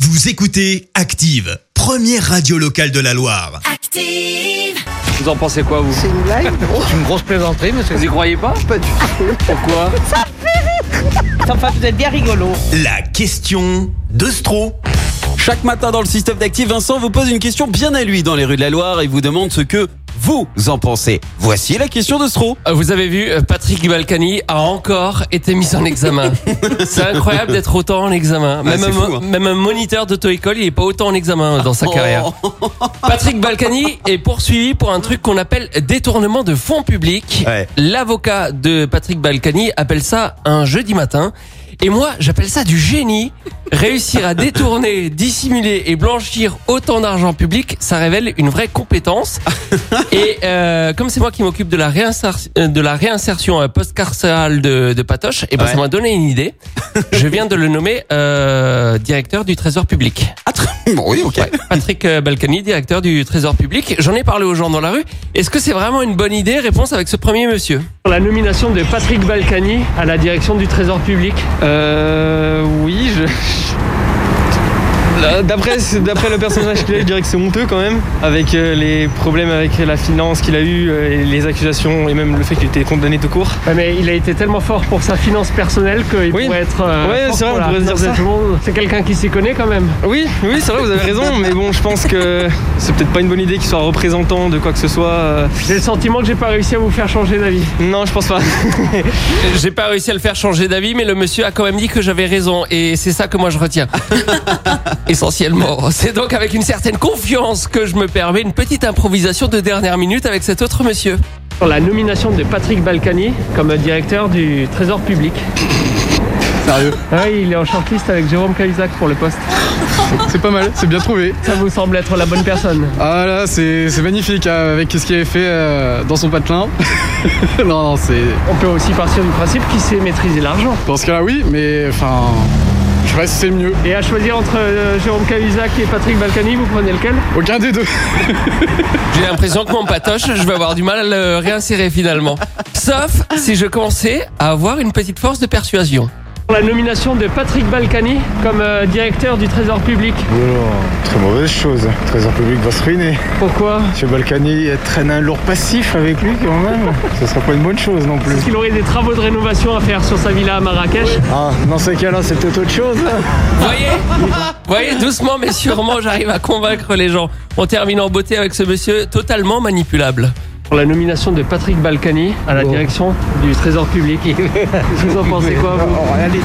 Vous écoutez Active, première radio locale de la Loire. Active! Vous en pensez quoi, vous C'est une blague C'est une grosse plaisanterie, monsieur. Vous y croyez pas Pas du tout. Pourquoi Enfin, vous êtes bien rigolo. La question de Stro. Chaque matin dans le système d'actifs, Vincent vous pose une question bien à lui dans les rues de la Loire et vous demande ce que vous en pensez. Voici la question de Stro. Euh, Vous avez vu, euh, Patrick Balkany a encore été mis en examen. c'est incroyable d'être autant en examen. Ouais, Même, c'est un, fou, hein. Oh, même un moniteur d'auto-école, il est pas autant en examen euh, dans sa carrière. Patrick Balkany est poursuivi pour un truc qu'on appelle détournement de fonds publics. Ouais. L'avocat de Patrick Balkany appelle ça un jeudi matin. Et moi, j'appelle ça du génie. Réussir à détourner, dissimuler et blanchir autant d'argent public, ça révèle une vraie compétence. Et euh, comme c'est moi qui m'occupe de la réinsertion, de la réinsertion euh, post-carcérale de, de Patoche, et ben Ouais. ça m'a donné une idée. Je viens de le nommer euh, directeur du Trésor public. Ah, très- bon, oui, ok. Ouais, Patrick euh, Balkany, directeur du Trésor public. J'en ai parlé aux gens dans la rue. Est-ce que c'est vraiment une bonne idée Réponse avec ce premier monsieur. La nomination de Patrick Balkany à la direction du Trésor public. Euh. Oui, je. Là, D'après, ce- d'après le personnage qu'il a, je dirais que c'est honteux quand même, avec euh, les problèmes avec la finance qu'il a eu, euh, et les accusations et même le fait qu'il était condamné tout court. mais il a été tellement fort pour sa finance personnelle qu'il Oui. pourrait être. euh, Ouais, fort c'est vrai, pour on la pourrait se dire finance de ça. tout le monde. C'est quelqu'un qui s'y connaît quand même. Oui, oui, c'est vrai, vous avez raison, mais bon, je pense que c'est peut-être pas une bonne idée qu'il soit représentant de quoi que ce soit. euh, J'ai le sentiment que j'ai pas réussi à vous faire changer d'avis. Non, je pense pas. Euh, J'ai pas réussi à le faire changer d'avis, mais le monsieur a quand même dit que j'avais raison. Et c'est ça que moi je retiens. Essentiellement. C'est donc avec une certaine confiance que je me permets une petite improvisation de dernière minute avec cet autre monsieur. Sur la nomination de Patrick Balkany comme directeur du Trésor public. Sérieux Ouais, il est en shortlist avec Jérôme Cahuzac pour le poste. C'est pas mal, c'est bien trouvé. Ça vous semble être la bonne personne Ah là, c'est c'est magnifique hein, avec ce qu'il avait fait euh, dans son patelin. non, non, c'est. On peut aussi partir du principe qu'il sait maîtriser l'argent. Dans ce cas-là, oui, mais enfin. Je sais pas si c'est mieux. Et à choisir entre euh, Jérôme Cahuzac et Patrick Balkany, vous prenez lequel Aucun des deux. J'ai l'impression que mon patoche, je vais avoir du mal à le réinsérer finalement. Sauf si je commençais à avoir une petite force de persuasion. Sur La nomination de Patrick Balkany comme euh, directeur du Trésor public. Très mauvaise chose. Le trésor public va se ruiner. Pourquoi Monsieur Balkany traîne un lourd passif avec lui quand même. Ce sera pas une bonne chose non plus. Parce qu'il aurait des travaux de rénovation à faire sur sa villa à Marrakech. Ah, dans ce cas-là, c'est peut-être autre chose. Voyez Voyez, doucement mais sûrement, j'arrive à convaincre les gens. On termine en beauté avec ce monsieur totalement manipulable. Pour la nomination de Patrick Balkany à la direction du Trésor public. vous en pensez quoi vous Oh, Rien du tout.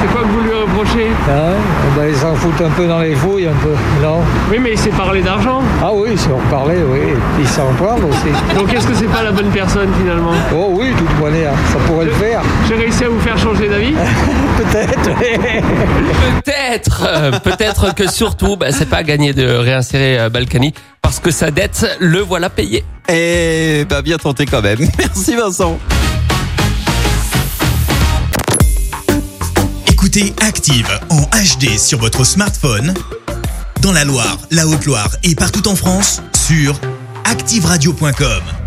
C'est quoi que vous lui reprochez Bah, ils s'en foutent un peu dans les fouilles, un peu, non Oui, mais il sait parler d'argent. Ah oui, si on parlait, oui. Ils s'en parlent aussi. Donc est-ce que c'est pas la bonne personne finalement Oh oui, de toute manière, ça pourrait le faire. J'ai réussi à vous faire changer d'avis. Peut-être, euh, peut-être que surtout, bah, c'est pas gagné de réinsérer euh, Balkany parce que sa dette, le voilà payé. Eh, bah, bien tenté quand même. Merci, Vincent. Écoutez Active en HD sur votre smartphone, dans la Loire, la Haute-Loire et partout en France, sur activeradio.com.